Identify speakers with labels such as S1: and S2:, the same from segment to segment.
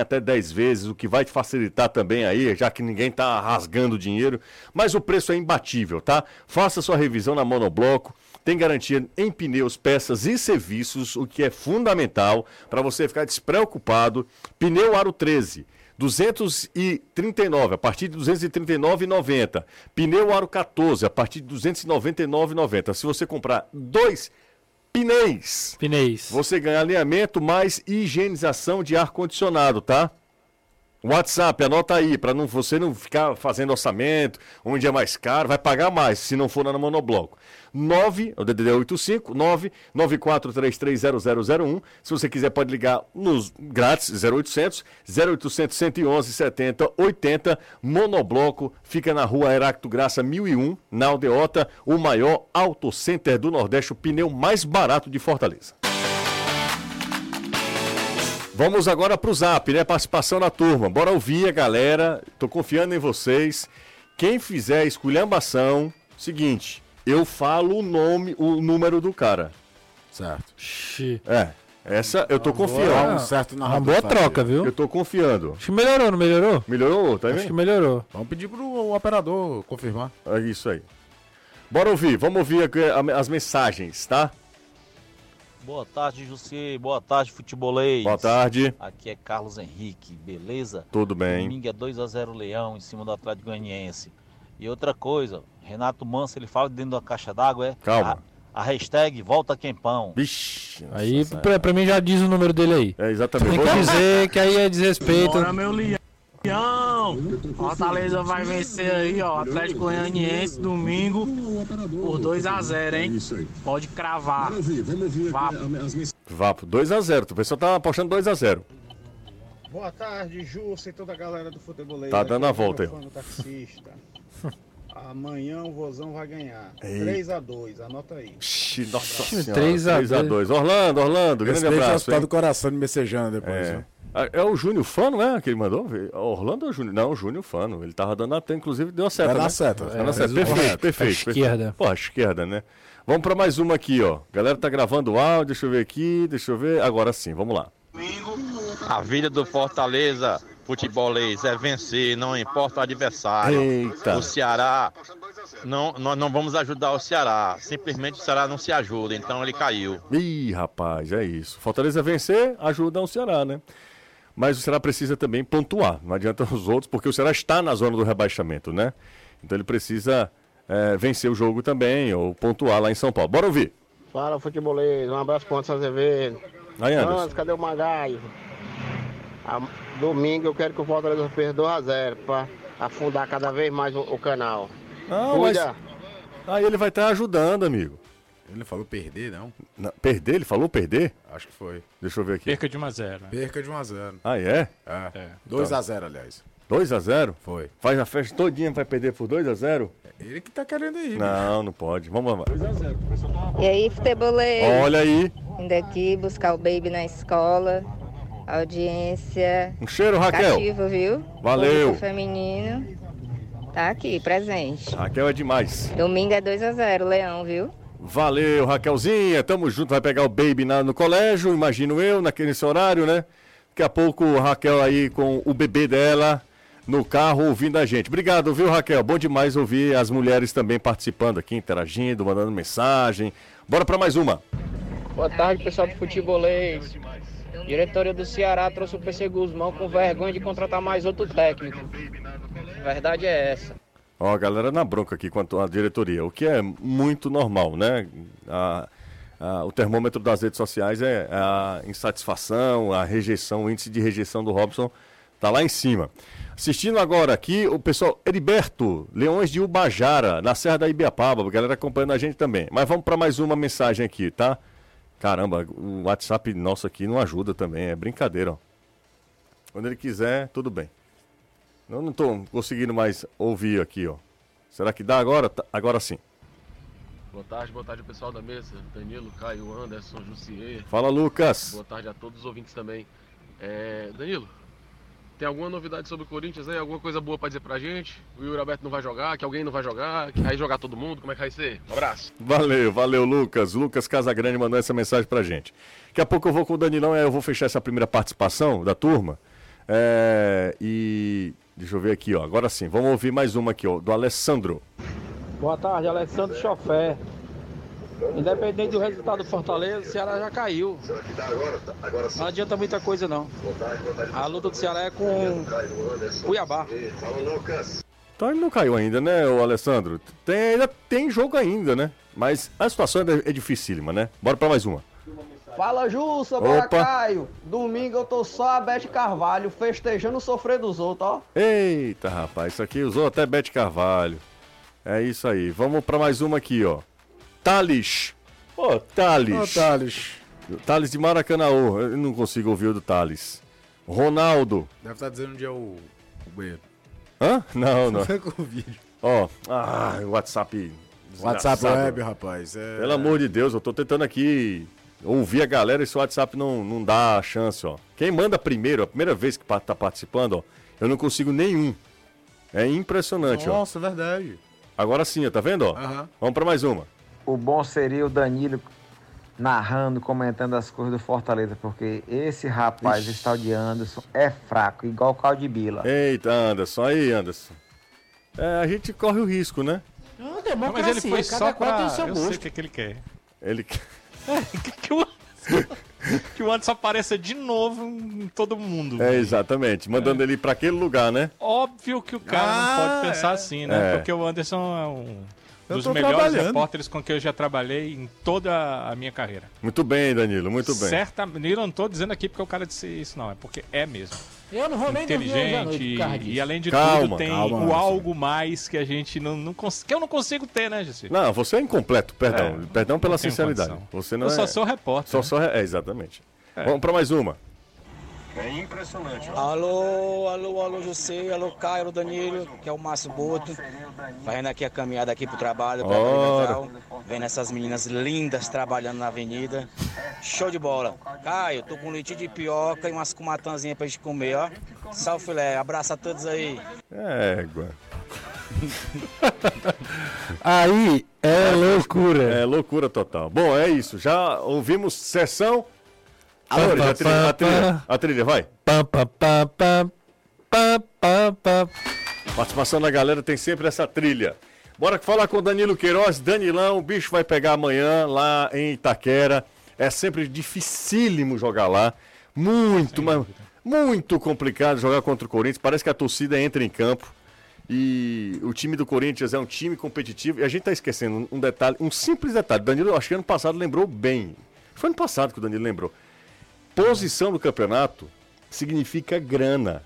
S1: até 10 vezes, o que vai te facilitar também aí, já que ninguém está rasgando dinheiro, mas o preço é imbatível, tá? Faça sua revisão na Monobloco, tem garantia em pneus, peças e serviços, o que é fundamental para você ficar despreocupado. Pneu Aro 13. 239 a partir de 239,90. Pneu Aro 14 a partir de 299,90. Se você comprar dois pneus,
S2: Pinês.
S1: você ganha alinhamento mais higienização de ar-condicionado, tá? WhatsApp, anota aí, para não, você não ficar fazendo orçamento, onde é mais caro, vai pagar mais, se não for na Monobloco. 9, é o DDD 85, 994330001. Se você quiser, pode ligar nos grátis, 0800, 0800 111 70 80. Monobloco fica na rua Heracto Graça 1001, na Aldeota, o maior autocenter do Nordeste, o pneu mais barato de Fortaleza. Vamos agora para o zap, né? Participação na turma. Bora ouvir a galera. Tô confiando em vocês. Quem fizer esculhambação, seguinte, eu falo o nome, o número do cara.
S3: Certo.
S2: Xi.
S1: É. Essa eu tô
S3: Há um
S1: confiando.
S3: certo
S2: é Uma boa troca, viu?
S1: Eu tô confiando.
S2: Acho que melhorou, não melhorou?
S1: Melhorou, tá
S2: Acho que
S1: vendo?
S2: melhorou.
S3: Vamos pedir pro operador confirmar.
S1: É isso aí. Bora ouvir, vamos ouvir aqui a- as mensagens, tá?
S4: Boa tarde, Jussi. Boa tarde, futebolês.
S1: Boa tarde,
S4: Aqui é Carlos Henrique, beleza?
S1: tudo bem?
S4: Domingo é 2x0 Leão em cima do Atlético Goianiense. E outra coisa, Renato Manso, ele fala dentro da caixa d'água, é?
S1: Calma.
S4: A, a hashtag volta quem pão.
S1: Vixe. nossa
S2: Aí,
S1: senhora.
S2: pra, pra mim, já diz o número dele aí.
S1: É,
S2: Tem
S1: exatamente.
S2: que
S1: Vou dizer.
S2: dizer que aí é desrespeito.
S5: Bora, meu leão! Fortaleza vai vencer aí, ó. Atlético Goianiense, domingo, por 2x0, hein? Pode cravar. Vá,
S1: Vapo, 2x0. O pessoal tá apostando 2x0.
S6: Boa tarde, Jussa e toda a galera do futebolês.
S1: Tá dando a
S6: Aqui é o
S1: volta aí.
S6: Giovanni, o taxista. Amanhã o Vozão vai ganhar.
S1: Eita.
S6: 3x2, anota aí.
S1: Ixi, nossa
S2: Ixi,
S1: senhora.
S2: três a
S1: 3 a 2 Orlando, Orlando, grande
S3: Respeite o
S1: abraço.
S3: hospital tá do
S1: hein?
S3: coração me messejando depois.
S1: É.
S3: viu?
S1: Ah, é o Júnior Fano, né? Que ele mandou? Orlando ou Júnior? Não, o Júnior Fano. Ele tava dando até, inclusive deu a seta.
S3: Vai
S1: né?
S3: na seta.
S1: Tá na
S3: É,
S1: seta.
S3: mas o-
S1: Perfeito, perfeito.
S2: A esquerda.
S1: Pô, a esquerda, né? Vamos pra mais uma aqui, ó. Galera tá gravando o áudio, deixa eu ver aqui, deixa eu ver. Agora sim, vamos lá.
S7: A vida do Fortaleza futebolês é vencer, não importa o adversário.
S1: Eita.
S7: O Ceará, não, nós não vamos ajudar o Ceará. Simplesmente o Ceará não se ajuda, então ele caiu.
S1: Ih, rapaz, é isso. Fortaleza vencer ajuda o Ceará, né? Mas o Ceará precisa também pontuar. Não adianta os outros, porque o Ceará está na zona do rebaixamento, né? Então ele precisa eh, vencer o jogo também, ou pontuar lá em São Paulo. Bora ouvir.
S8: Fala, futebolês. Um abraço pro Anderson Azevedo.
S1: Aí,
S8: Anderson,
S1: Anderson.
S8: cadê o Magaio? Am- domingo eu quero que o Fortaleza perda 2x0 pra afundar cada vez mais o, o canal.
S1: Não, Ah, mas
S8: Cuida!
S1: aí ele vai estar ajudando, amigo.
S3: Ele falou perder, não?
S1: Na- Perder? Ele falou perder?
S3: Acho que foi.
S1: Deixa eu ver aqui.
S7: um
S9: Perca de 1 a 0 né?
S3: Perca de 1x0.
S1: Ah, é?
S3: É. 2x0, aliás.
S1: 2 a 0
S3: Foi.
S1: Faz a festa todinha, vai perder por 2 a 0
S3: Ele que tá querendo ir.
S1: Não, não pode. Vamos lá.
S10: E aí, futebolês?
S1: Olha aí.
S10: Indo aqui buscar o baby na escola. Audiência
S1: Um cheiro, Raquel.
S10: cativa, viu?
S1: Valeu.
S10: Público feminino. Tá aqui, presente.
S1: Raquel é demais.
S10: Domingo é 2x0, Leão, viu?
S1: Valeu, Raquelzinha. Tamo junto. Vai pegar o baby na- no colégio, imagino eu, naquele nesse horário, né? Daqui a pouco a Raquel aí com o bebê dela no carro ouvindo a gente. Obrigado, viu, Raquel? Bom demais ouvir as mulheres também participando aqui, interagindo, mandando mensagem. Bora pra mais uma.
S5: Boa tarde, pessoal do futebolês. Diretoria do Ceará trouxe o PC Guzmão com vergonha de contratar mais outro técnico. A verdade é essa.
S1: Ó, a galera na bronca aqui quanto à diretoria, o que é muito normal, né? A- a- o termômetro das redes sociais é a insatisfação, a rejeição, o índice de rejeição do Robson tá lá em cima. Assistindo agora aqui o pessoal Heriberto, Leões de Ubajara, na Serra da Ibiapaba, a galera acompanhando a gente também. Mas vamos para mais uma mensagem aqui, tá? Caramba, o WhatsApp nosso aqui não ajuda também, é brincadeira, ó. Quando ele quiser, tudo bem. Eu não tô conseguindo mais ouvir aqui, ó. Será que dá agora? Tá- Agora sim.
S7: Boa tarde, boa tarde pessoal da mesa. Danilo, Caio, Anderson, Jussier.
S1: Fala, Lucas.
S7: Boa tarde a todos os ouvintes também. É, Danilo, tem alguma novidade sobre o Corinthians aí? Alguma coisa boa pra dizer pra gente? O Yuri Alberto não vai jogar, que alguém não vai jogar, que vai jogar todo mundo, como é que vai ser? Um abraço.
S1: Valeu, valeu, Lucas. Lucas Casagrande mandou essa mensagem pra gente. Daqui a pouco eu vou com o Danilão, aí eu vou fechar essa primeira participação da turma. É, e deixa eu ver aqui, ó. Agora sim, vamos ouvir mais uma aqui, ó, do Alessandro.
S11: Boa tarde, Alessandro Chofé. Independente do resultado do Fortaleza, o Ceará já caiu. Não adianta muita coisa, não. A luta do Ceará é com Cuiabá.
S1: Então ele não caiu ainda, né, o Alessandro? Tem, ainda tem jogo ainda, né? Mas a situação é, é dificílima, né? Bora pra mais uma.
S12: Fala, Jussa, bora,
S1: Opa.
S12: Caio. Domingo eu tô só a Bete Carvalho, festejando o sofrer dos outros, ó.
S1: Eita, rapaz, isso aqui usou até Bete Carvalho. É isso aí. Vamos pra mais uma aqui, ó. Thales. Ô, Thales.
S3: Ô, Thales.
S1: Thales de Maracanãú. Eu não consigo ouvir o do Thales. Ronaldo.
S3: Deve estar dizendo onde é o, o banheiro.
S1: Hã? Não, não.
S3: Fica É com o vídeo.
S1: Ó, ah, o WhatsApp.
S3: WhatsApp
S1: desgraçado.
S3: web, rapaz. É...
S1: Pelo amor de Deus, eu tô tentando aqui ouvir a galera e seu WhatsApp não, não dá a chance, ó. Quem manda primeiro, a primeira vez que pa- tá participando, ó, eu não consigo nenhum. É impressionante, ó.
S3: Nossa, verdade.
S1: Agora sim, ó, tá vendo, ó?
S3: Aham.
S1: Vamos pra mais uma.
S13: O bom seria o Danilo narrando, comentando as coisas do Fortaleza, porque esse rapaz, esse tal de Anderson, é fraco, igual o caldo de bila.
S1: Eita, Anderson, aí, Anderson. É, a gente corre o risco, né?
S2: É
S7: Não, mas ele foi só pra... eu sei o que, que ele quer.
S1: Ele quer.
S7: que, o... que o Anderson apareça de novo em todo mundo.
S1: É, exatamente. Mandando ele pra aquele lugar, né?
S7: Óbvio que o cara não pode pensar assim, né?
S1: É.
S7: Porque o Anderson é um
S1: Eu
S7: dos
S1: tô
S7: melhores
S1: trabalhando.
S7: repórteres com quem eu já trabalhei em toda a minha carreira.
S1: Muito bem, Danilo, muito bem.
S7: Certamente, eu não tô dizendo aqui porque o cara disse isso, não. É porque é mesmo.
S2: Eu não vou nem dormir hoje à noite
S7: Inteligente.
S2: por causa disso.
S7: E além de
S1: Calma,
S7: tudo, tem
S1: calma,
S7: o
S1: Anderson.
S7: algo mais que a gente não, não cons... que eu não consigo ter, né, Jessi?
S1: Não, você é incompleto, perdão.
S7: É,
S1: perdão
S7: não
S1: pela
S7: tenho
S1: sinceridade.
S7: condição.
S1: Você não
S7: Eu
S1: é...
S7: só sou repórter,
S1: Só
S7: né?
S1: sou re- é, exatamente. Vamos pra mais uma.
S14: É impressionante.
S15: Alô, alô, alô, José, alô, Caio, alô, Danilo, que é o Márcio Boto. Fazendo aqui a caminhada aqui pro trabalho, pra
S1: Ora.
S15: Natal, vendo essas meninas lindas trabalhando na avenida. Show de bola. Caio, tô com um leitinho de pioca e umas cumatanzinhas pra gente comer, ó. Salve, filé, abraço a todos aí.
S1: Égua.
S2: Aí é loucura.
S1: É loucura total. Bom, é isso. Já ouvimos sessão. Alô, já a trilha, a trilha, a trilha, vai.
S2: Pá, pá, pá, pá, pá, pá, pá.
S1: Participação da galera tem sempre essa trilha. Bora falar com o Danilo Queiroz. Danilão, o bicho vai pegar amanhã lá em Itaquera. É sempre dificílimo jogar lá. Muito, mas muito complicado jogar contra o Corinthians. Parece que a torcida entra em campo. E o time do Corinthians é um time competitivo. E a gente tá esquecendo um detalhe, um simples detalhe. Danilo, eu acho que ano passado lembrou bem. Foi ano passado que o Danilo lembrou. Posição do campeonato significa grana.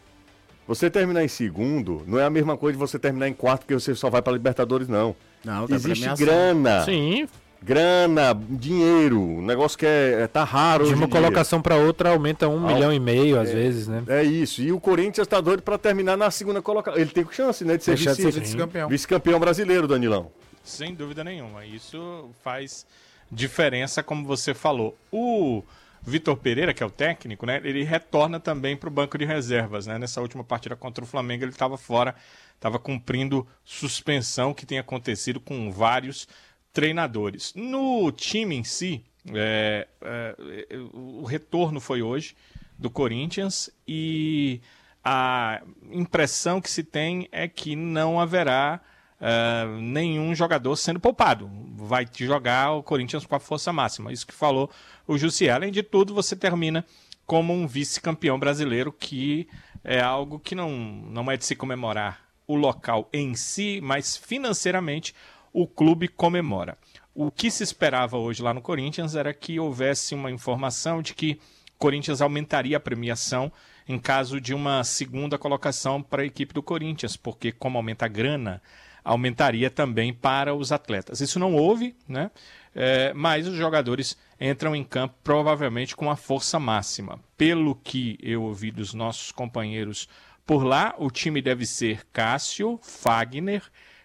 S1: Você terminar em segundo não é a mesma coisa de você terminar em quarto, porque você só vai pra Libertadores, não.
S3: Não, tem
S1: Existe
S3: premiação.
S1: grana.
S2: Sim.
S1: Grana, dinheiro. Um negócio que é, é- tá raro.
S2: De
S1: hoje
S2: uma
S1: em dia.
S2: colocação pra outra aumenta um
S1: Al-
S2: milhão e meio, às
S1: É,
S2: vezes, né?
S1: É isso. E o Corinthians tá doido pra terminar na segunda colocação. Ele tem chance, né? De ser
S2: Tem chance de
S1: vice-
S2: ser vice-campeão.
S1: Vice-campeão brasileiro, Danilão.
S7: Sem dúvida nenhuma. Isso faz diferença, como você falou. O Vitor Pereira, que é o técnico, né? Ele retorna também para o banco de reservas, né? Nessa última partida contra o Flamengo, ele estava fora, estava cumprindo suspensão que tem acontecido com vários treinadores. No time em si, é, é, é, o retorno foi hoje do Corinthians e a impressão que se tem é que não haverá ah, nenhum jogador sendo poupado. Vai te jogar o Corinthians com a força máxima. Isso que falou o Jussier. Além de tudo, você termina como um vice-campeão brasileiro, que é algo que não, não é de se comemorar o local em si, mas financeiramente o clube comemora. O que se esperava hoje lá no Corinthians era que houvesse uma informação de que o Corinthians aumentaria a premiação em caso de uma segunda colocação para a equipe do Corinthians, porque como aumenta a grana, aumentaria também para os atletas. Isso não houve, né? É, mas os jogadores entram em campo provavelmente com a força máxima. Pelo que eu ouvi dos nossos companheiros por lá, o time deve ser Cássio, Fagner,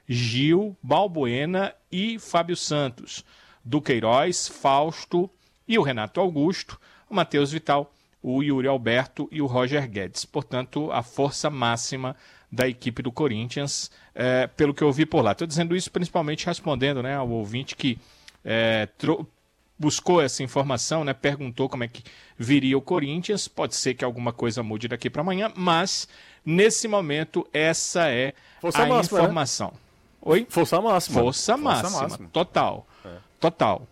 S7: Gil, Balbuena e Fábio Santos. Duqueiroz, Fausto e o Renato Augusto, o Matheus Vital, o Yuri Alberto e o Roger Guedes. Portanto, a força máxima da equipe do Corinthians, eh, pelo que eu vi por lá. Estou dizendo isso principalmente respondendo né, ao ouvinte que eh, tro-
S12: buscou essa informação, né? Perguntou como é que viria o Corinthians. Pode ser que alguma coisa mude daqui para amanhã, mas nesse momento essa é
S1: Força
S12: a
S1: máxima, né?
S12: informação. Oi?
S1: Força máxima.
S12: Força
S1: Força
S12: máxima.
S1: máxima.
S12: Total. Total.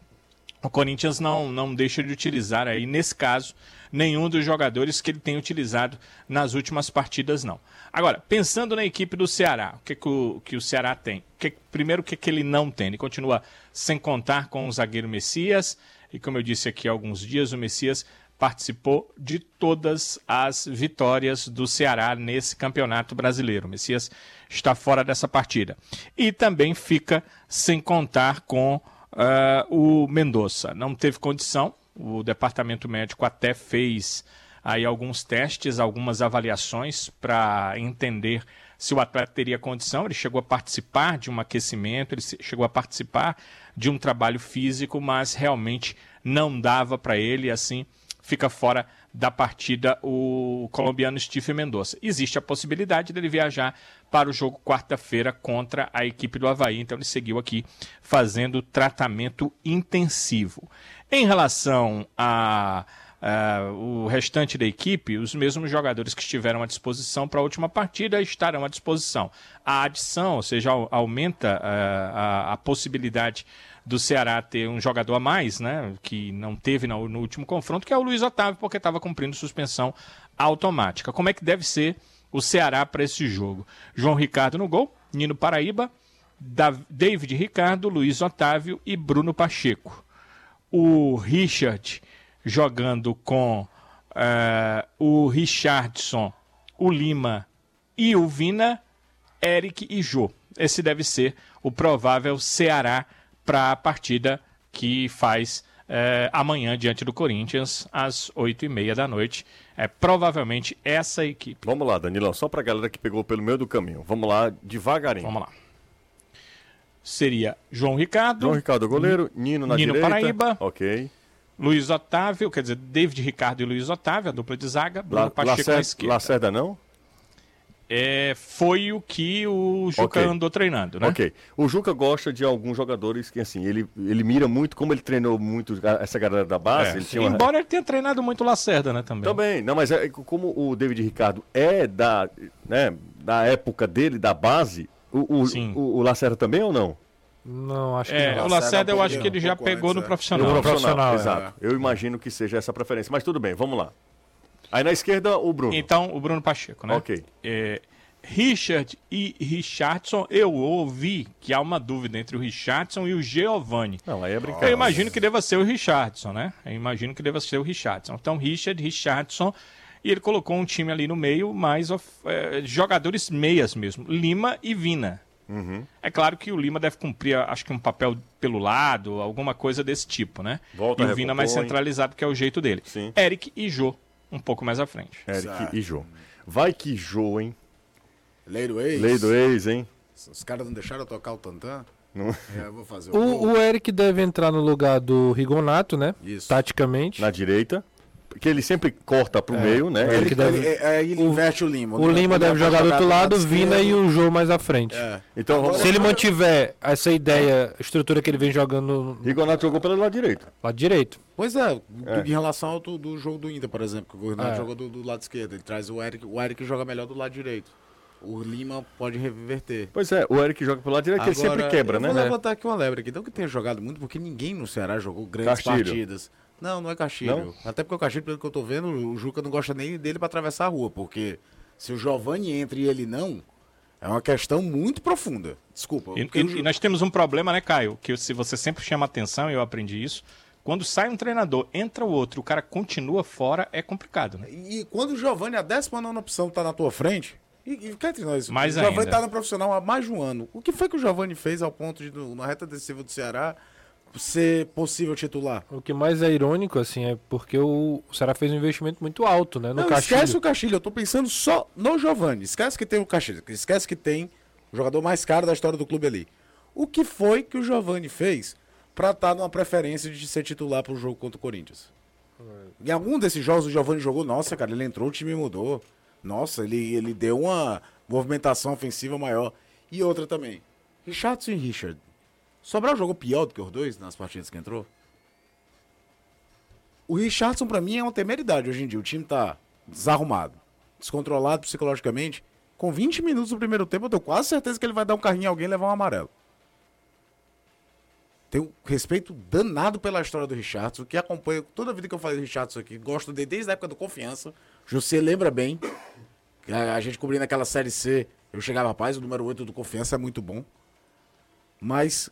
S12: O Corinthians não, não deixa de utilizar aí, nesse caso, nenhum dos jogadores que ele tem utilizado nas últimas partidas, não. Agora, pensando na equipe do Ceará, o que, que, o, que o Ceará tem? O que- primeiro, o que, que ele não tem? Ele continua sem contar com o zagueiro Messias, e como eu disse aqui há alguns dias, o Messias participou de todas as vitórias do Ceará nesse campeonato brasileiro. O Messias está fora dessa partida. E também fica sem contar com ah, o Mendonça. Não teve condição, o departamento médico até fez aí alguns testes, algumas avaliações para entender se o atleta teria condição. Ele chegou a participar de um aquecimento, ele se- chegou a participar de um trabalho físico, mas realmente não dava para ele, e assim fica fora da partida o colombiano Steve Mendonça. Existe a possibilidade dele viajar para o jogo quarta-feira contra a equipe do Havaí, então ele seguiu aqui fazendo tratamento intensivo. Em relação a ah, o restante da equipe, os mesmos jogadores que estiveram à disposição para a última partida estarão à disposição. A adição, ou seja, au- aumenta ah, a, a possibilidade do Ceará ter um jogador a mais, né, que não teve na- no último confronto, que é o Luiz Otávio, porque estava cumprindo suspensão automática. Como é que deve ser o Ceará para esse jogo? João Ricardo no gol, Nino Paraíba, Dav- David Ricardo, Luiz Otávio e Bruno Pacheco o Richard jogando com eh, o Richardson, o Lima e o Vina, Eric e Jô. Esse deve ser o provável Ceará para a partida que faz eh, amanhã diante do Corinthians, às 8h30 da noite. É provavelmente essa equipe.
S1: Vamos lá, Danilão, só pra galera que pegou pelo meio do caminho. Vamos lá, devagarinho.
S12: Vamos lá. Seria João Ricardo.
S1: João Ricardo, goleiro. Nino na
S12: Hum. Nino
S1: direita.
S12: Paraíba.
S1: Ok.
S12: Luiz Otávio, quer dizer, David Ricardo e Luiz Otávio, a dupla de zaga, Bruno
S1: La,
S12: Pacheco na
S1: Lacerda,
S12: esquerda.
S1: Lacerda não?
S12: É, foi o que o Juca
S1: Ok.
S12: andou treinando, né?
S1: Ok. O Juca gosta de alguns jogadores que, assim, ele, ele mira muito, como ele treinou muito a- essa galera da base.
S12: É,
S1: ele
S12: sim.
S1: tinha uma-
S12: Embora ele tenha treinado muito o Lacerda, né, também.
S1: Também, não, mas é, como o David Ricardo é da, né, da época dele, da base, o, o, o- o Lacerda também ou não?
S2: Não, acho que
S12: É,
S1: um
S2: não.
S12: o Lacerda eu acho que ele já pegou no
S1: é.
S12: é um profissional.
S1: No
S2: profissional,
S1: exato. Eu imagino que seja essa a preferência, mas tudo bem, vamos lá. Aí na esquerda, o Bruno.
S12: Então, o Bruno Pacheco, né?
S1: Ok.
S12: É, Richard e Richardson, eu ouvi que há uma dúvida entre o Richardson e o Giovanni.
S1: Não, aí é
S12: brincadeira. Eu imagino que deva ser o Richardson, né? Eu imagino que deva ser o Richardson. Então, Richard, Richardson, e ele colocou um time ali no meio, mais of- eh, jogadores meias mesmo, Lima e Vina.
S1: Uhum.
S12: É claro que o Lima deve cumprir, acho que um papel pelo lado, alguma coisa desse tipo, né?
S1: Volta,
S12: e o Vina mais
S1: recompõe.
S12: centralizado, que é o jeito dele. Eric e Jô, um pouco mais à frente.
S1: Eric e Jô. Vai que Jô, hein?
S3: Lei do ex.
S1: Lei do ex, hein?
S3: Os caras não deixaram eu tocar o tantã?
S1: Não.
S3: É, eu vou fazer o...
S2: O, o Eric deve entrar no lugar do Rigonato, né?
S3: Isso.
S2: Taticamente.
S1: Na direita. Porque ele sempre corta pro
S2: É,
S1: meio, né?
S2: o Eric Ele- deve- ele-
S3: Aí ele inverte o Lima.
S2: O Lima né? deve jogar do outro lado, Vina e o Jô mais à frente.
S3: tá É.
S1: Então, vamos-
S2: Se ele mantiver essa ideia, a estrutura que ele vem jogando.
S1: Rigonato jogou pelo lado direito.
S2: Lado direito.
S3: Pois é,
S2: É.
S3: em relação ao do, do jogo do Inter, por exemplo, que o Renato
S2: É.
S3: joga do, do lado esquerdo, ele traz o Eric, o Eric joga melhor do lado direito. O Lima pode reverter.
S1: Pois é, o Eric joga pelo lado direito, ele sempre quebra,
S3: eu
S1: né?
S3: Vou
S1: É.
S3: levantar aqui uma lebre aqui, não que tenha jogado muito, porque ninguém no Ceará jogou grandes
S1: Castilho.
S3: partidas. Não, não é Castilho.
S1: Não?
S3: Até porque o Castilho, pelo que eu tô vendo, o Juca não gosta nem dele pra atravessar a rua, porque se o Giovani entra e ele não, é uma questão muito profunda. Desculpa.
S12: E,
S3: porque
S12: e-
S3: o Ju-
S12: e nós temos um problema, né, Caio? Que se você sempre chama atenção, e eu aprendi isso. Quando sai um treinador, entra o outro, o cara continua fora, é complicado, né?
S3: E quando o Giovanni, a décima nona opção, tá na tua frente, e, e quer entre nós,
S12: Mais
S3: o Giovanni
S12: ainda.
S3: tá no profissional há mais de um ano. O que foi que o Giovanni fez ao ponto de, no- na reta decisiva do Ceará, ser possível titular?
S2: O que mais é irônico, assim, é porque o, o Ceará fez um investimento muito alto, né? No
S3: Não,
S2: Castilho.
S3: esquece o Castilho, eu tô pensando só no Giovanni. Esquece que tem o Castilho, esquece que tem o jogador mais caro da história do clube ali. O que foi que o Giovanni fez pra estar numa preferência de ser titular pro jogo contra o Corinthians? Em algum desses jogos o Giovanni jogou, nossa, cara, ele entrou, o time mudou. Nossa, ele, ele deu uma movimentação ofensiva maior. E outra também. Richardson e Richard. Sobral jogou pior do que os dois nas partidas que entrou? O Richardson, pra mim, é uma temeridade hoje em dia. O time tá desarrumado, descontrolado psicologicamente. Com 20 minutos do primeiro tempo, eu tenho quase certeza que ele vai dar um carrinho a alguém e levar um amarelo. Tenho respeito danado pela história do Richardson, que acompanha toda a vida que eu falei do Richardson aqui. Gosto dele desde a época do Confiança. Você lembra bem. A, a gente cobrindo aquela Série C, eu chegava, rapaz, o número 8 do Confiança é muito bom. Mas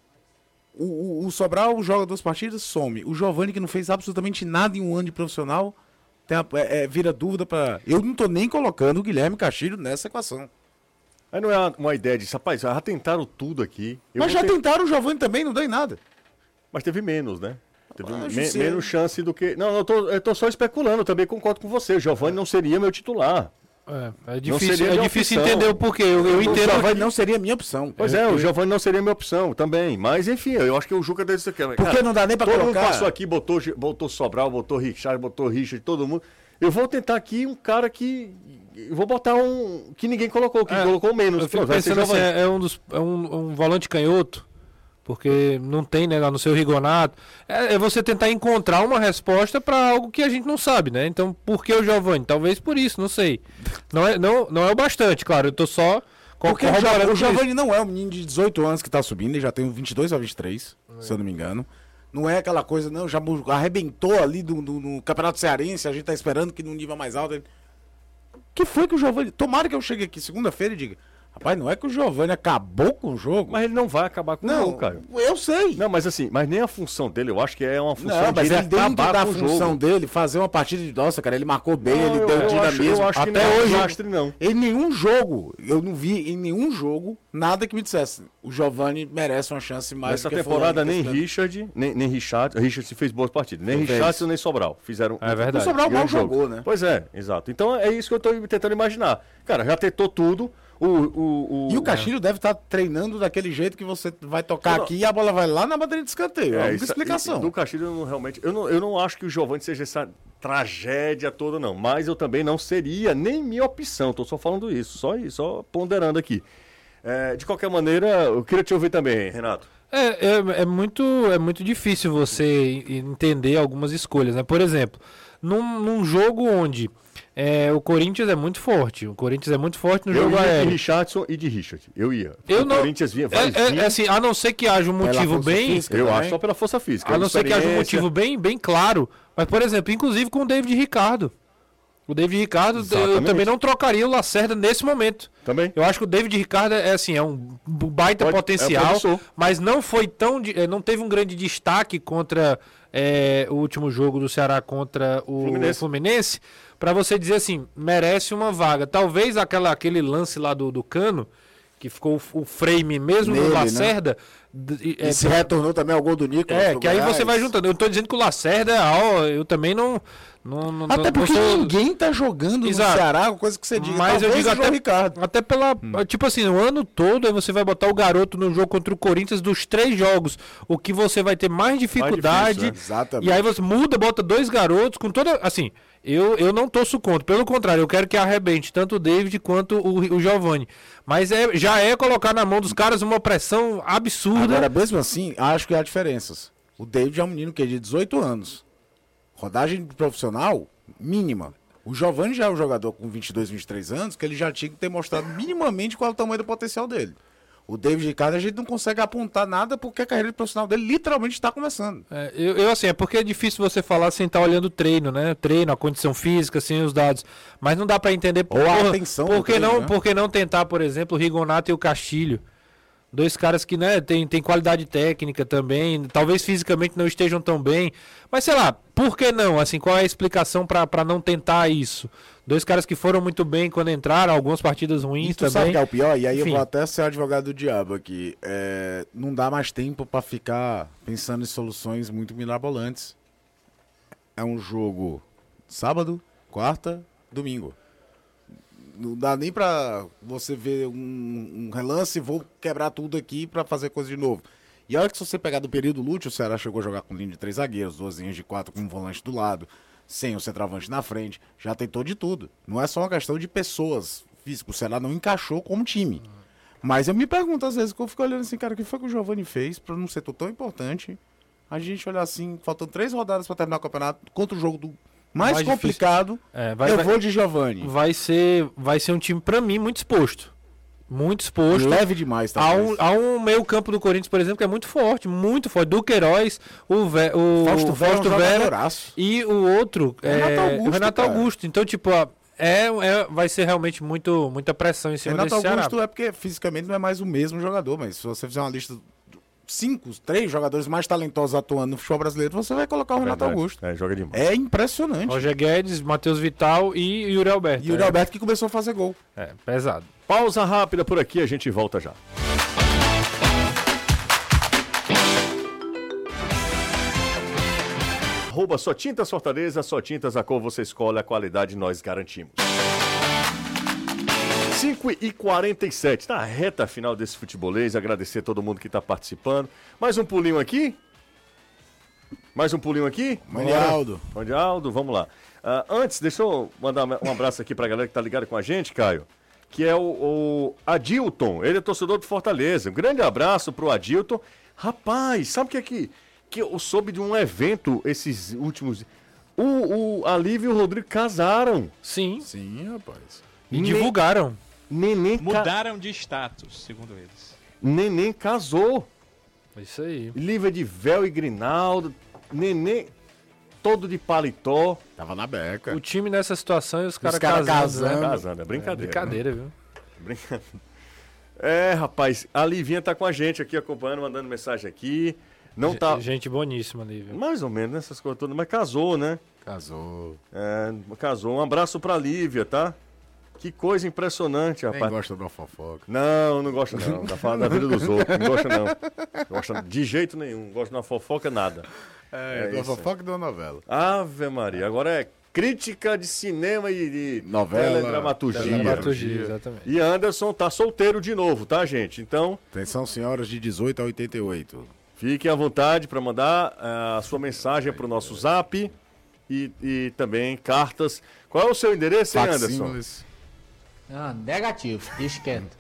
S3: o, o, o Sobral joga duas partidas, some. O Giovani, que não fez absolutamente nada em um ano de profissional, tem a- é- é, vira dúvida pra. Eu não tô nem colocando o Guilherme Castilho nessa equação.
S1: Aí não é uma- uma ideia disso, rapaz, já tentaram tudo aqui.
S3: Mas já
S1: tentaram.
S3: tentaram o Giovani também, não deu em nada.
S1: Mas teve menos, né?
S2: Ah,
S1: Teve me-
S3: José.
S1: menos chance do que. Não, eu tô, eu tô só especulando, eu também concordo com você. O Giovanni não seria meu titular.
S2: É, é
S1: Não
S2: difícil,
S1: seria
S2: é
S1: minha
S2: difícil
S1: opção.
S2: entender o porquê. Eu, eu entendo.
S1: O Giovani
S3: não seria minha opção.
S1: Pois é, o Giovanni não seria minha opção também. Mas enfim, eu acho que o Juca deve ser. Por
S3: Porque não dá nem pra
S1: todo
S3: colocar?
S1: Todo mundo passou aqui, botou, Gi- botou Sobral, botou Richard, botou Richard, todo mundo. Eu vou tentar aqui um cara que. Eu vou botar um que ninguém colocou, que
S2: É,
S1: colocou menos.
S2: Eu fico
S1: Pô, vai ser
S2: pensando assim,
S1: Giovani.
S2: é é um, dos, é um, um volante canhoto, porque não tem, né, lá no seu Rigonato. É, é você tentar encontrar uma resposta para algo que a gente não sabe, né? Então, por que o Giovani? Talvez por isso, não sei. Não é, não, não é o bastante, claro, eu tô só co-
S3: Porque o Gia-
S2: corroborando
S3: o
S2: isso.
S3: Giovanni não é um menino de 18 anos que tá subindo, ele já tem 22 ou 23, se eu não me engano. Não é aquela coisa, não, já mu- arrebentou ali do, do- no Campeonato Cearense, a gente tá esperando que num nível mais alto. Ele... que foi que o Giovanni. Tomara que eu chegue aqui segunda-feira e diga: rapaz, não é que o Giovanni acabou com o jogo.
S1: Mas ele não vai acabar com
S3: Não,
S1: o jogo, cara.
S3: Eu sei.
S1: Não, mas assim, mas nem a função dele, eu acho que é uma função
S3: é- Não, mas
S1: de
S3: ele
S1: ele
S3: dentro
S1: acabar
S3: da
S1: com o
S3: função
S1: jogo.
S3: dele, fazer uma partida de nossa, cara, ele marcou bem,
S1: Não,
S3: ele
S1: eu-
S3: deu
S1: eu acho-
S3: dinamismo.
S1: eu acho que
S3: Até
S1: não é
S3: hoje,
S1: desastre, não.
S3: em nenhum jogo, eu não vi em nenhum jogo nada que me dissesse, o Giovani merece uma chance mais
S1: Nessa
S3: do que é
S1: temporada
S3: fulano,
S1: nem
S3: que esse-
S1: Richard, nem, nem Richard, Richard se fez boas partidas, nem
S3: Não fez.
S1: Richardson nem Sobral fizeram.
S2: É verdade.
S3: O Sobral mal
S1: grande jogo.
S3: jogou, né?
S1: Pois é, exato. Então é isso que eu tô tentando imaginar. Cara, já tentou tudo. O, o,
S3: E o Castilho deve estar treinando daquele jeito que você vai tocar
S1: Não.
S3: aqui e a bola vai lá na bandeira de escanteio. É, a
S1: É,
S3: única
S1: isso-
S3: explicação.
S1: e- e Do Castilho, eu não, realmente. Eu não, eu não acho que o Giovani seja essa tragédia toda, não. Mas eu também não seria nem minha opção. Tô só falando isso, só isso, só ponderando aqui. É, de qualquer maneira, eu queria te ouvir também, Renato.
S2: É, é, é muito, é muito difícil você en- entender algumas escolhas, né? Por exemplo, num, num jogo onde é, o Corinthians é muito forte, o Corinthians é muito forte no
S1: eu
S2: jogo
S1: ia de
S2: aéreo.
S1: Richardson e de Richard. Eu ia.
S2: Eu
S1: o
S2: não-
S1: Corinthians vinha, vai,
S2: É,
S1: vinha.
S2: é, assim, a não ser que haja um
S1: Pela
S2: motivo
S1: força
S2: bem.
S1: física Eu também. acho só pela força física,
S2: A não ser que haja um
S1: experiência.
S2: motivo bem, bem claro. Mas, por exemplo, inclusive com o David Ricardo. O David Ricardo, eu
S1: Exatamente.
S2: também não trocaria o Lacerda nesse momento.
S1: Também.
S2: Eu acho que o David Ricardo é assim, é um baita
S1: Pode- é
S2: potencial,
S1: promissor.
S2: mas não foi tão. de- eh, não teve um grande destaque contra eh, o último jogo do Ceará contra o
S1: Fluminense.
S2: Fluminense, para você dizer assim, merece uma vaga. Talvez aquela, aquele lance lá do, do cano, que ficou o- o frame mesmo
S3: Nele,
S2: do
S3: né?
S2: Lacerda. d-
S3: E
S2: eh,
S3: se retornou também ao gol do Nicolas.
S2: é,
S3: pro
S2: que aí você
S3: Goiás.
S2: vai juntando. Eu tô dizendo que o Lacerda, ó, eu também não. não, não
S3: Até
S2: não-
S3: porque
S2: não sou-
S3: ninguém tá jogando
S2: Exato.
S3: no Ceará, uma coisa que você diga.
S2: Mas eu
S3: talvez
S2: digo
S3: o
S2: até,
S3: João Ricardo.
S2: até pela.
S3: Hum.
S2: Tipo assim, o ano todo aí você vai botar o garoto no jogo contra o Corinthians dos três jogos. O que você vai ter mais dificuldade.
S3: né? Exatamente.
S2: E aí você muda, bota dois garotos com toda. Assim, eu, eu não torço contra. Pelo contrário, eu quero que arrebente tanto o David quanto o, o Giovanni. Mas é, já é colocar na mão dos caras uma pressão absurda.
S3: Agora, mesmo assim, acho que há diferenças. O David é um menino que é de 18 anos. Rodagem de profissional mínima. O Giovanni já é um jogador com 22, 23 anos, que ele já tinha que ter mostrado minimamente qual é o tamanho do potencial dele. O David Ricardo, a gente não consegue apontar nada porque a carreira de profissional dele literalmente está começando.
S2: É, eu, eu, assim, é porque é difícil você falar sem estar olhando o treino, né? O treino, a condição física, sem os dados. Mas não dá pra entender
S3: Ou a
S2: porra,
S3: atenção do
S2: por que
S3: treino,
S2: não,
S3: né?
S2: por que não tentar, por exemplo, o Rigonato e o Castilho. Dois caras que, né, tem, tem qualidade técnica também, talvez fisicamente não estejam tão bem. Mas sei lá, por que não? Assim, qual é a explicação pra pra não tentar isso? Dois caras que foram muito bem quando entraram, algumas partidas ruins
S3: E tu
S2: também.
S3: sabe que é o pior? E aí eu
S2: Enfim.
S3: vou até ser advogado do diabo aqui. É, não dá mais tempo pra ficar pensando em soluções muito mirabolantes. É um jogo sábado, quarta, domingo. Não dá nem pra você ver um, um relance, vou quebrar tudo aqui pra fazer coisa de novo. E a hora que se você pegar do período lúteo, o Ceará chegou a jogar com linha de três zagueiros, duas linhas de quatro com um volante do lado, sem o centroavante na frente, já tentou de tudo. Não é só uma questão de pessoas físicas, o Ceará não encaixou como time. Mas eu me pergunto às vezes, que eu fico olhando assim, cara, o que foi que o Giovani fez pra não ser tão um importante a gente olhar assim, faltando três rodadas para terminar o campeonato, contra o jogo do mais,
S2: Mais difícil.
S3: complicado,
S2: É, vai-
S3: eu
S2: vai-
S3: vou de Giovani.
S2: Vai ser, vai ser um time, pra mim, muito exposto. Muito exposto.
S3: Leve demais, tá,
S2: Há
S3: talvez.
S2: um, há um meio campo do Corinthians, por exemplo, que é muito forte, muito forte. Do Queiroz, o, Ve, o Fausto,
S3: Fausto Vera é um
S2: Vera
S3: jogadoraço.
S2: e o outro, é,
S3: Renato
S2: Renato
S3: Augusto,
S2: Augusto. Renato
S3: cara.
S2: Augusto. Então, tipo, ó, é, é- vai ser realmente muito, muita pressão em cima
S3: Renato
S2: desse
S3: Augusto
S2: Ceará.
S3: é porque fisicamente não é mais o mesmo jogador, mas se você fizer uma lista de cinco, três jogadores mais talentosos atuando no futebol brasileiro, você vai colocar o
S2: né,
S3: Renato
S1: Verdade.
S3: Augusto.
S1: É, joga demais.
S3: É impressionante.
S2: Roger Guedes, Matheus Vital e Yuri Alberto.
S3: E o
S2: É.
S3: Alberto que começou a fazer gol.
S2: É, pesado.
S1: Pausa rápida por aqui, a gente volta já. Arroba só tintas Fortaleza, só tintas a cor você escolhe, a qualidade nós garantimos. 5 e 47 na reta final desse futebolês, agradecer a todo mundo que está participando. Mais um pulinho aqui? Mais um pulinho aqui?
S3: Manialdo.
S1: Bora. Manialdo, vamos lá. Ah, antes, deixa eu mandar um abraço aqui para a galera que tá ligada com a gente, Caio, que é o, o Adilton, ele é torcedor do Fortaleza. Um grande abraço pro Adilton. Rapaz, sabe o que é que, que eu soube de um evento esses últimos... O, o a Lívia e o Rodrigo casaram.
S2: Sim.
S3: Sim, rapaz.
S2: E divulgaram.
S1: Neném, ca-
S12: Mudaram de status, segundo eles.
S1: Neném casou.
S2: Isso aí.
S1: Lívia de véu e grinaldo. Neném todo de paletó.
S3: Tava na beca.
S2: O time nessa situação e os caras
S1: cara
S2: casando.
S1: casando.
S2: né?
S1: Casando, é brincadeira,
S2: brincadeira,
S1: né?
S2: viu?
S1: Brincadeira. É, rapaz, a Livinha tá com a gente aqui, acompanhando, mandando mensagem aqui. Não
S2: Ge-
S1: tá.
S2: Gente boníssima ali, viu?
S1: Mais ou menos, nessas coisas todas, mas casou, né?
S3: Casou.
S1: É, casou. Um abraço pra Lívia, tá? Que coisa impressionante,
S3: Nem
S1: rapaz.
S3: gosta de uma fofoca.
S1: Não, não gosta não. Tá falando da vida dos outros. Não gosta não. Gosta de jeito nenhum. Gosta de uma fofoca, nada.
S3: É, de uma
S1: isso.
S3: fofoca e de uma novela.
S1: Ave Maria. Agora é crítica de cinema e de
S3: Novela,
S1: teledramaturgia.
S3: teledramaturgia,
S2: exatamente.
S1: E Anderson tá solteiro de novo, tá, gente? Então,
S3: Atenção, senhoras de 18 a 88.
S1: fiquem à vontade para mandar ah, a sua mensagem para o nosso zap e, e também cartas. Qual é o seu endereço, hein, Anderson?
S3: Facsímiles.
S16: Ah, negativo, deixa quieto.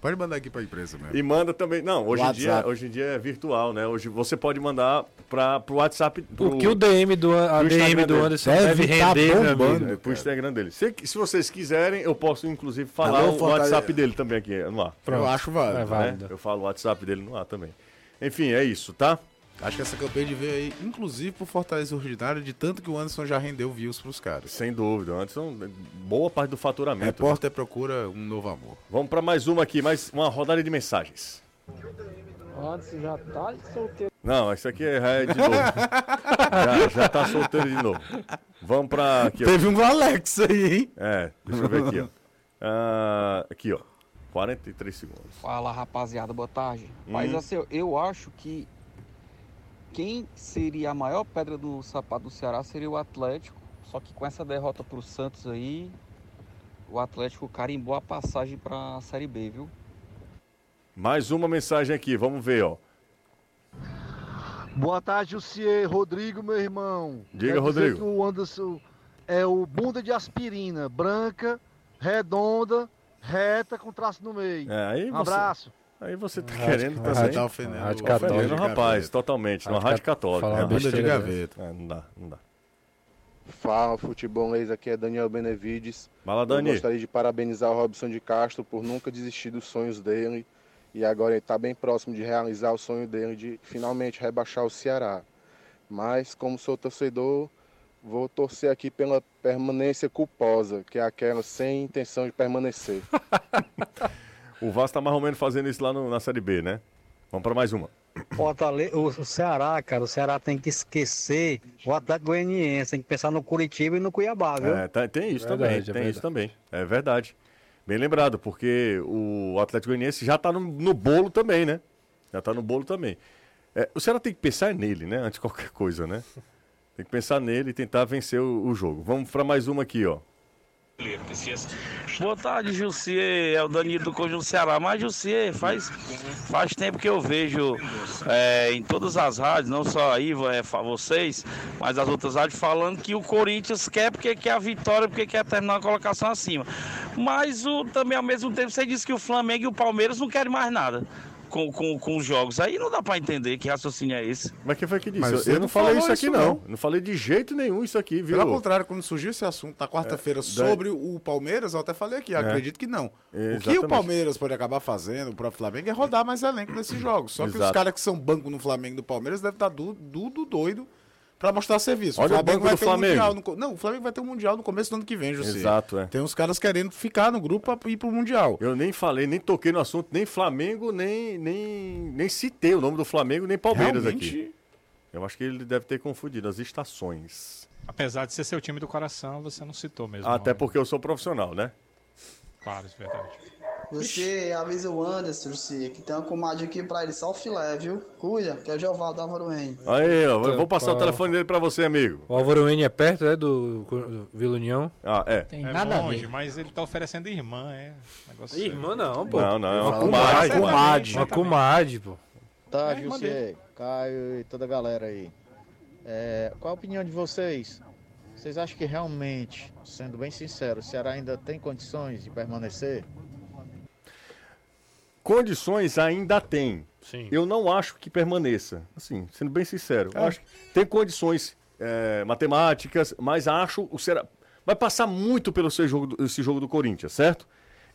S3: Pode mandar aqui pra empresa mesmo.
S1: E manda também. Não, hoje em, dia,
S3: WhatsApp.
S1: hoje em dia é virtual, né? Hoje você pode mandar para o WhatsApp.
S2: O que o DM do, a
S1: pro
S2: DM
S1: Instagram
S2: do
S1: dele. tá
S2: Anderson deve, render, meu amigo.
S1: pro Instagram dele. Se, se vocês quiserem, eu posso inclusive falar
S3: Alô,
S1: o
S3: Tá Fortaleza.
S1: WhatsApp dele também aqui no ar.
S3: Pronto. acho válido.
S1: Né?
S3: É válido.
S1: Eu falo o WhatsApp dele no ar também. Enfim, é isso, tá?
S3: Acho que essa campanha veio aí, inclusive, pro Fortaleza Ordinário, de tanto que o Anderson já rendeu views pros caras.
S1: Sem dúvida. Anderson, boa parte do faturamento.
S3: Repórter procura um novo amor.
S1: Vamos para mais uma aqui, mais uma rodada de mensagens.
S9: Anderson já tá solteiro.
S1: Não, isso aqui é é de novo. já, já tá solteiro de novo. Vamos pra aqui. ó.
S3: Teve um Alex aí, hein?
S1: É, deixa eu ver aqui, ó. Ah, aqui, ó. 43 segundos.
S17: Fala rapaziada, boa tarde.
S1: Hum.
S17: Mas assim, eu- eu acho que quem seria a maior pedra do sapato do Ceará seria o Atlético. Só que com essa derrota pro Santos aí, o Atlético carimbou a passagem pra Série B, viu?
S1: Mais uma mensagem aqui, vamos ver, ó.
S18: Boa tarde, Jussier. Rodrigo, meu irmão.
S1: Diga,
S18: Quer dizer
S1: Rodrigo.
S18: que o Anderson é o bunda de aspirina, branca, redonda, reta, com traço no meio.
S1: É, aí
S18: um
S1: você-
S18: abraço.
S1: Aí você tá
S18: Rádio-
S1: querendo
S18: Rádio
S1: também.
S18: tá ofendendo
S1: Rádio
S18: o-
S1: Católica.
S18: ofendendo o
S1: Ofendendo o Ah, rapaz,
S18: Gaveta.
S1: totalmente. Uma
S18: Rádio
S1: rádio
S18: Cat-
S1: católica.
S18: falar
S1: né?
S18: besteira Banda de dessa.
S1: É, não dá, não dá.
S19: Fala, futebolês, aqui é Daniel Benevides.
S1: Fala, Dani.
S19: Eu gostaria de parabenizar o Robson de Castro por nunca desistir dos sonhos dele. E agora ele está bem próximo de realizar o sonho dele de finalmente rebaixar o Ceará. Mas, como sou torcedor, vou torcer aqui pela permanência culposa, que é aquela sem intenção de permanecer.
S1: O Vasco tá mais ou menos fazendo isso lá no- na Série B, né? Vamos pra mais uma.
S20: Fortaleza, o o Ceará, cara, o Ceará tem que esquecer o Atlético Goianiense, tem que pensar no Curitiba e no Cuiabá, viu?
S1: É, tá- tem
S20: Verdade, é
S1: isso também, tem
S20: verdade.
S1: isso também. É verdade. Bem lembrado, porque o Atlético Goianiense já tá no, no bolo também, né? Já tá no bolo também. É, o Ceará tem que pensar nele, né? Antes de qualquer coisa, né? Tem que pensar nele e tentar vencer o, o jogo. Vamos pra mais uma aqui, ó.
S15: Boa tarde, Jussier. É o Danilo do Conjunto Ceará. Mas, Jussier, faz, faz tempo que eu vejo é, em todas as rádios, não só aí, é, fa- vocês, mas as outras rádios, falando que o Corinthians quer porque quer a vitória, porque quer terminar a colocação acima. Mas o, também, ao mesmo tempo, você diz que o Flamengo e o Palmeiras não querem mais nada. com, com, com os jogos. Aí não dá pra entender que raciocínio é esse.
S1: Mas quem foi que disse?
S15: Mas
S1: Eu-
S15: você
S1: eu
S15: não
S1: não falei
S15: falou
S1: isso aqui,
S15: isso,
S1: não.
S3: não.
S1: Eu Não falei de jeito nenhum isso aqui, viu?
S3: Pelo contrário, quando surgiu esse assunto na quarta-feira
S1: É,
S3: sobre o Palmeiras, eu até falei aqui,
S1: É.
S3: acredito que não. O que o
S1: Exatamente.
S3: Palmeiras pode acabar fazendo, o próprio Flamengo, é rodar mais elenco nesses jogos. Só que os
S1: Exato.
S3: caras que são banco no Flamengo e do Palmeiras devem estar du- dudo doido pra mostrar serviço.
S1: Olha o banco
S3: vai
S1: do
S3: ter um
S1: Flamengo.
S3: Mundial no co- Não, o Flamengo vai ter um Mundial no começo do ano que vem, José.
S1: Exato, é.
S3: Tem uns caras querendo ficar no grupo pra ir pro Mundial.
S1: Eu nem falei, nem toquei no assunto, nem Flamengo, nem, nem, nem citei o nome do Flamengo, nem Palmeiras
S12: Realmente?
S1: aqui. Eu acho que ele deve ter confundido as estações.
S12: Apesar de ser seu time do coração, você não citou mesmo.
S1: Ah, Até porque eu sou profissional, né?
S12: Claro, isso é verdade.
S4: Você avisa o Anderson, se que tem uma comadre aqui pra ele, só o filé, viu? Cuida, que é o Geovaldo Álvaro Henrique.
S1: Aí, ó, vou- vou
S2: Tá,
S1: passar o
S2: pá.
S1: telefone dele pra você, amigo.
S2: O Álvaro N é perto, é do, do Vila União?
S1: Ah, é.
S12: Tem é
S2: nada a
S12: longe,
S2: ver.
S12: mas ele tá oferecendo irmã, é. Negócio
S2: Irmã não, pô.
S1: Não, não, é
S2: Uma
S1: uma
S2: comadre.
S1: comadre.
S2: Uma comadre, pô.
S6: Tá,
S2: É,
S6: José,
S2: mandei.
S6: Caio e toda a galera aí. É, qual a opinião de vocês? Vocês acham que realmente, sendo bem sincero, o Ceará ainda tem condições de permanecer?
S1: Condições ainda tem.
S2: Sim.
S1: Eu não acho que permaneça. Assim, sendo bem sincero.
S3: É.
S1: Eu acho que tem condições é, matemáticas, mas acho o Ceará. Vai passar muito pelo seu jogo do- esse jogo do Corinthians, certo?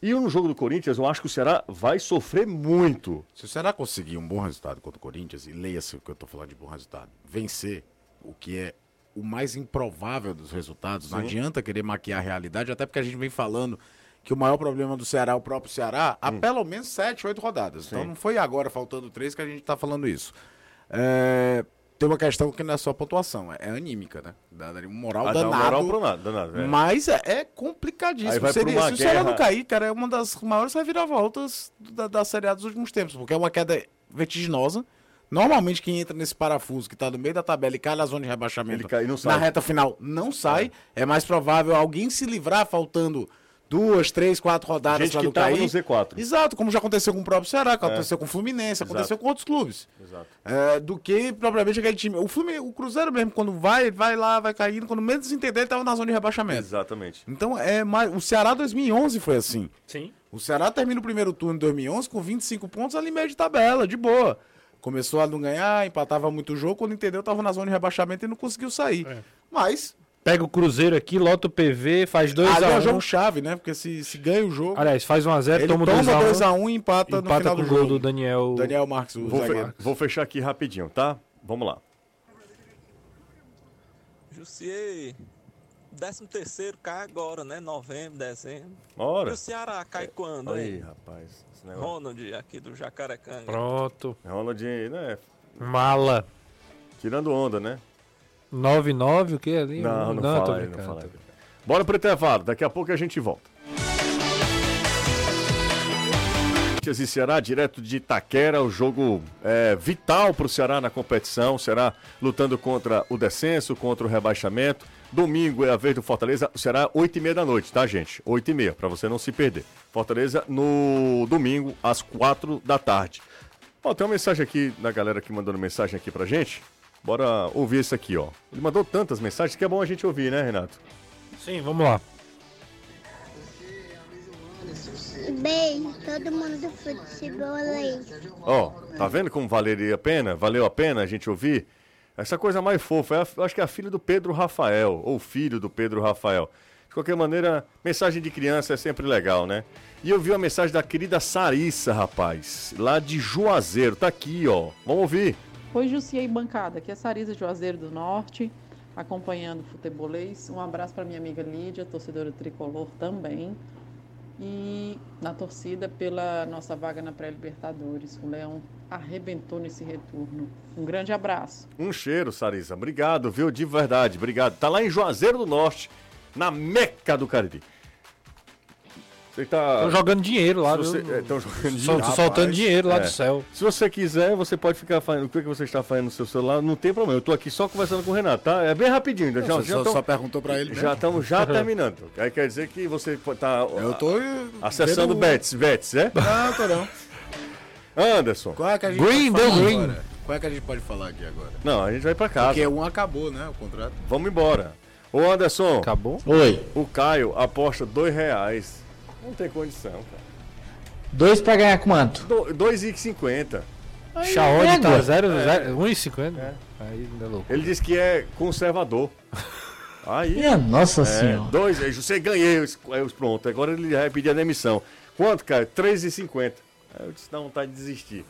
S1: E no jogo do Corinthians, eu acho que o Ceará vai sofrer muito.
S3: Se o Ceará conseguir um bom resultado contra o Corinthians, e leia-se o que eu tô falando de bom resultado, vencer, o que é o mais improvável dos resultados, não
S6: Sim.
S3: adianta querer maquiar a realidade, até porque a gente vem falando que o maior problema do Ceará é o próprio Ceará
S1: Hum.
S3: há pelo menos sete, oito rodadas. Então
S6: Sim.
S3: não foi agora, faltando três, que a gente tá falando isso. É, Tem uma questão que não é só pontuação, é, é anímica, né? Dá dá um moral
S1: Ah, dá um
S3: danado.
S1: moral pro nada, danado, é.
S3: Mas é, é complicadíssimo.
S1: Aí vai pra
S3: Seria-
S1: uma
S3: se o Ceará não
S1: guerra-
S3: cair, cara, é uma das maiores reviravoltas da, da Série A dos últimos tempos, porque é uma queda vertiginosa. Normalmente quem entra nesse parafuso que tá no meio da tabela e cai na zona de rebaixamento
S1: Ele cai e não sai.
S3: na reta final não sai, é. mais provável alguém se livrar faltando duas, três, quatro rodadas
S1: Gente
S3: pra
S1: que
S3: não
S1: tava
S3: cair.
S1: no Z4.
S3: Exato, como já aconteceu com o próprio Ceará, que
S1: É.
S3: aconteceu com o Fluminense,
S1: Exato.
S3: aconteceu com outros clubes.
S1: Exato.
S3: É, do que propriamente aquele time. O Fluminense, o Cruzeiro mesmo, quando vai, ele vai lá, vai caindo, quando menos entender, ele tava na zona de rebaixamento.
S1: Exatamente.
S3: Então, é mais... o Ceará 2011 foi assim.
S2: Sim.
S3: O Ceará termina o primeiro turno em 2011 com 25 pontos ali meio de tabela, de boa. Começou a não ganhar, empatava muito o jogo, quando entendeu, tava na zona de rebaixamento e não conseguiu sair. Mas,
S2: Pega o Cruzeiro aqui, lota o PV, faz 2x1.
S3: ali é o jogo chave, né? Porque se, se ganha o jogo,
S2: Aliás, faz 1x0,
S3: ele
S2: toma
S3: toma 2x1
S2: 2x1
S3: e empata, no final
S2: com
S3: do
S2: o gol
S3: jogo.
S2: do Daniel.
S3: Daniel Marques, o
S1: Vou, fe-
S3: zagueiro.
S1: vou fechar aqui rapidinho, tá? Vamos lá.
S21: Jussier, 13 terceiro cai agora, né? Novembro, dezembro.
S1: Ora.
S21: E o Ceará cai quando,
S1: Aí,
S21: hein?
S1: rapaz. Esse negócio.
S21: Ronald, aqui do Jacarecanga.
S2: Pronto.
S1: Ronaldinho aí, né?
S2: Mala.
S1: Tirando onda, né?
S2: 9-9, o que ali?
S1: Não, não,
S2: tô
S1: fala aí, não
S2: brincando,
S1: fala
S2: tô
S1: aí. Bora pro intervalo, daqui a pouco a gente volta. Corinthians e Ceará, direto de Itaquera, o jogo é, vital para o Ceará na competição. O Ceará lutando contra o descenso, contra o rebaixamento. Domingo é a vez do Fortaleza. O Ceará, 8 e meia da noite, tá, gente? 8 e meia, para você não se perder. Fortaleza no domingo, às 4 da tarde. Ó, tem uma mensagem aqui da galera que mandando mensagem aqui pra gente. Bora ouvir isso aqui, ó. Ele mandou tantas mensagens que é bom a gente ouvir, né, Renato?
S2: Sim, vamos lá.
S22: Bem, todo mundo do futebol aí.
S1: Ó, tá vendo como valeria a pena? Valeu a pena a gente ouvir? Essa coisa mais fofa, é a- eu acho que é a filha do Pedro Rafael, ou filho do Pedro Rafael. De qualquer maneira, mensagem de criança é sempre legal, né? E eu vi uma mensagem da querida Sarissa, rapaz, lá de Juazeiro, tá aqui, ó. Vamos ouvir.
S23: Oi, Jussiei Bancada, aqui é Sarisa Juazeiro do Norte, acompanhando o futebolês. Um abraço para minha amiga Lídia, torcedora tricolor também. E na torcida pela nossa vaga na pré-Libertadores. O Leão arrebentou nesse retorno. Um grande abraço.
S1: Um cheiro, Sarisa. Obrigado, viu? De verdade, obrigado. Tá lá em Juazeiro do Norte, na Meca do Cariri. Você tá...
S2: Tão jogando dinheiro lá,
S1: Se
S2: viu?
S1: é, tão jogando
S2: Sol- soltando dinheiro lá do
S1: céu. Se você quiser, você pode ficar fazendo o que que você está fazendo no seu celular, não tem problema. Eu tô aqui só conversando com o Renato, tá? É bem rapidinho. Já,
S3: Não,
S1: já
S3: só-
S1: tamo-
S3: só perguntou pra ele
S1: Já
S3: mesmo.
S1: estamos já terminando. Aí quer dizer que você pô- tá Eu
S3: tô
S1: acessando o
S3: vendo-
S1: Betis, Betis, é?
S3: Não, tô não.
S1: Anderson.
S3: Qual é que a gente
S1: green
S3: pode
S1: the
S3: falar
S1: green.
S3: agora? Qual é que a gente pode falar aqui agora?
S1: Não, a gente vai pra casa.
S3: Porque um acabou, né, o contrato.
S1: Vamos embora. Ô Anderson. Acabou?
S3: Oi.
S1: O Caio aposta dois reais. Não tem condição, cara.
S16: Dois pra ganhar quanto?
S1: 2,50.
S2: Chaod tá
S1: Égua.
S2: zero,
S1: É.
S2: zero- 1,50. Aí ainda é louco.
S1: Ele disse que é conservador. Aí.
S16: Minha nossa
S1: é,
S16: senhora.
S1: Dois, aí você ganhei os, aí os- pronto. Agora ele já ia pedir a demissão. Quanto, cara? 3,50. Aí eu disse, dá vontade de desistir.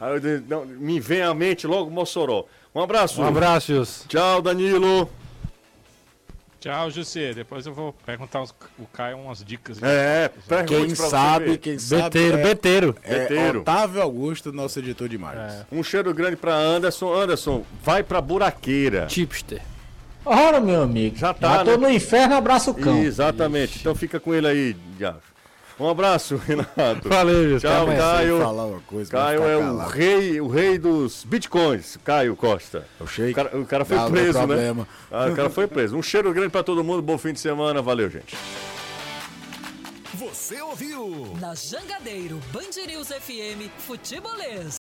S1: Aí eu disse, não, me vem à mente logo Mossoró. Um abraço.
S2: Um abraço, Jus.
S1: Tchau, Danilo.
S12: Tchau, José. Depois eu vou perguntar os- o Caio umas dicas.
S1: É,
S3: Quem sabe, quem sabe. é- É,
S1: Beteiro.
S3: Otávio Augusto, nosso editor de imagens.
S1: Um cheiro grande pra Anderson. Anderson, vai pra buraqueira.
S2: Tipster.
S16: Ora, meu amigo. Já
S1: tá,
S16: tô
S1: né?
S16: no inferno, abraço o cão.
S1: Exatamente. Então fica com ele aí, Diago. Um abraço, Renato.
S2: Valeu, Jus.
S1: Tchau,
S2: Até amanhã.
S1: Caio.
S2: Sem falar uma coisa,
S1: Caio
S2: mas tá
S1: é o
S2: calado.
S1: rei, o rei dos bitcoins, Caio Costa. O, cara, o cara foi
S3: Dá, dá
S1: preso, né?
S3: problema.
S1: Ah, o cara foi preso. Um cheiro grande pra todo mundo. Bom fim de semana. Valeu, gente.
S5: Você ouviu? Na Jangadeiro, Band News FM, Futebolês.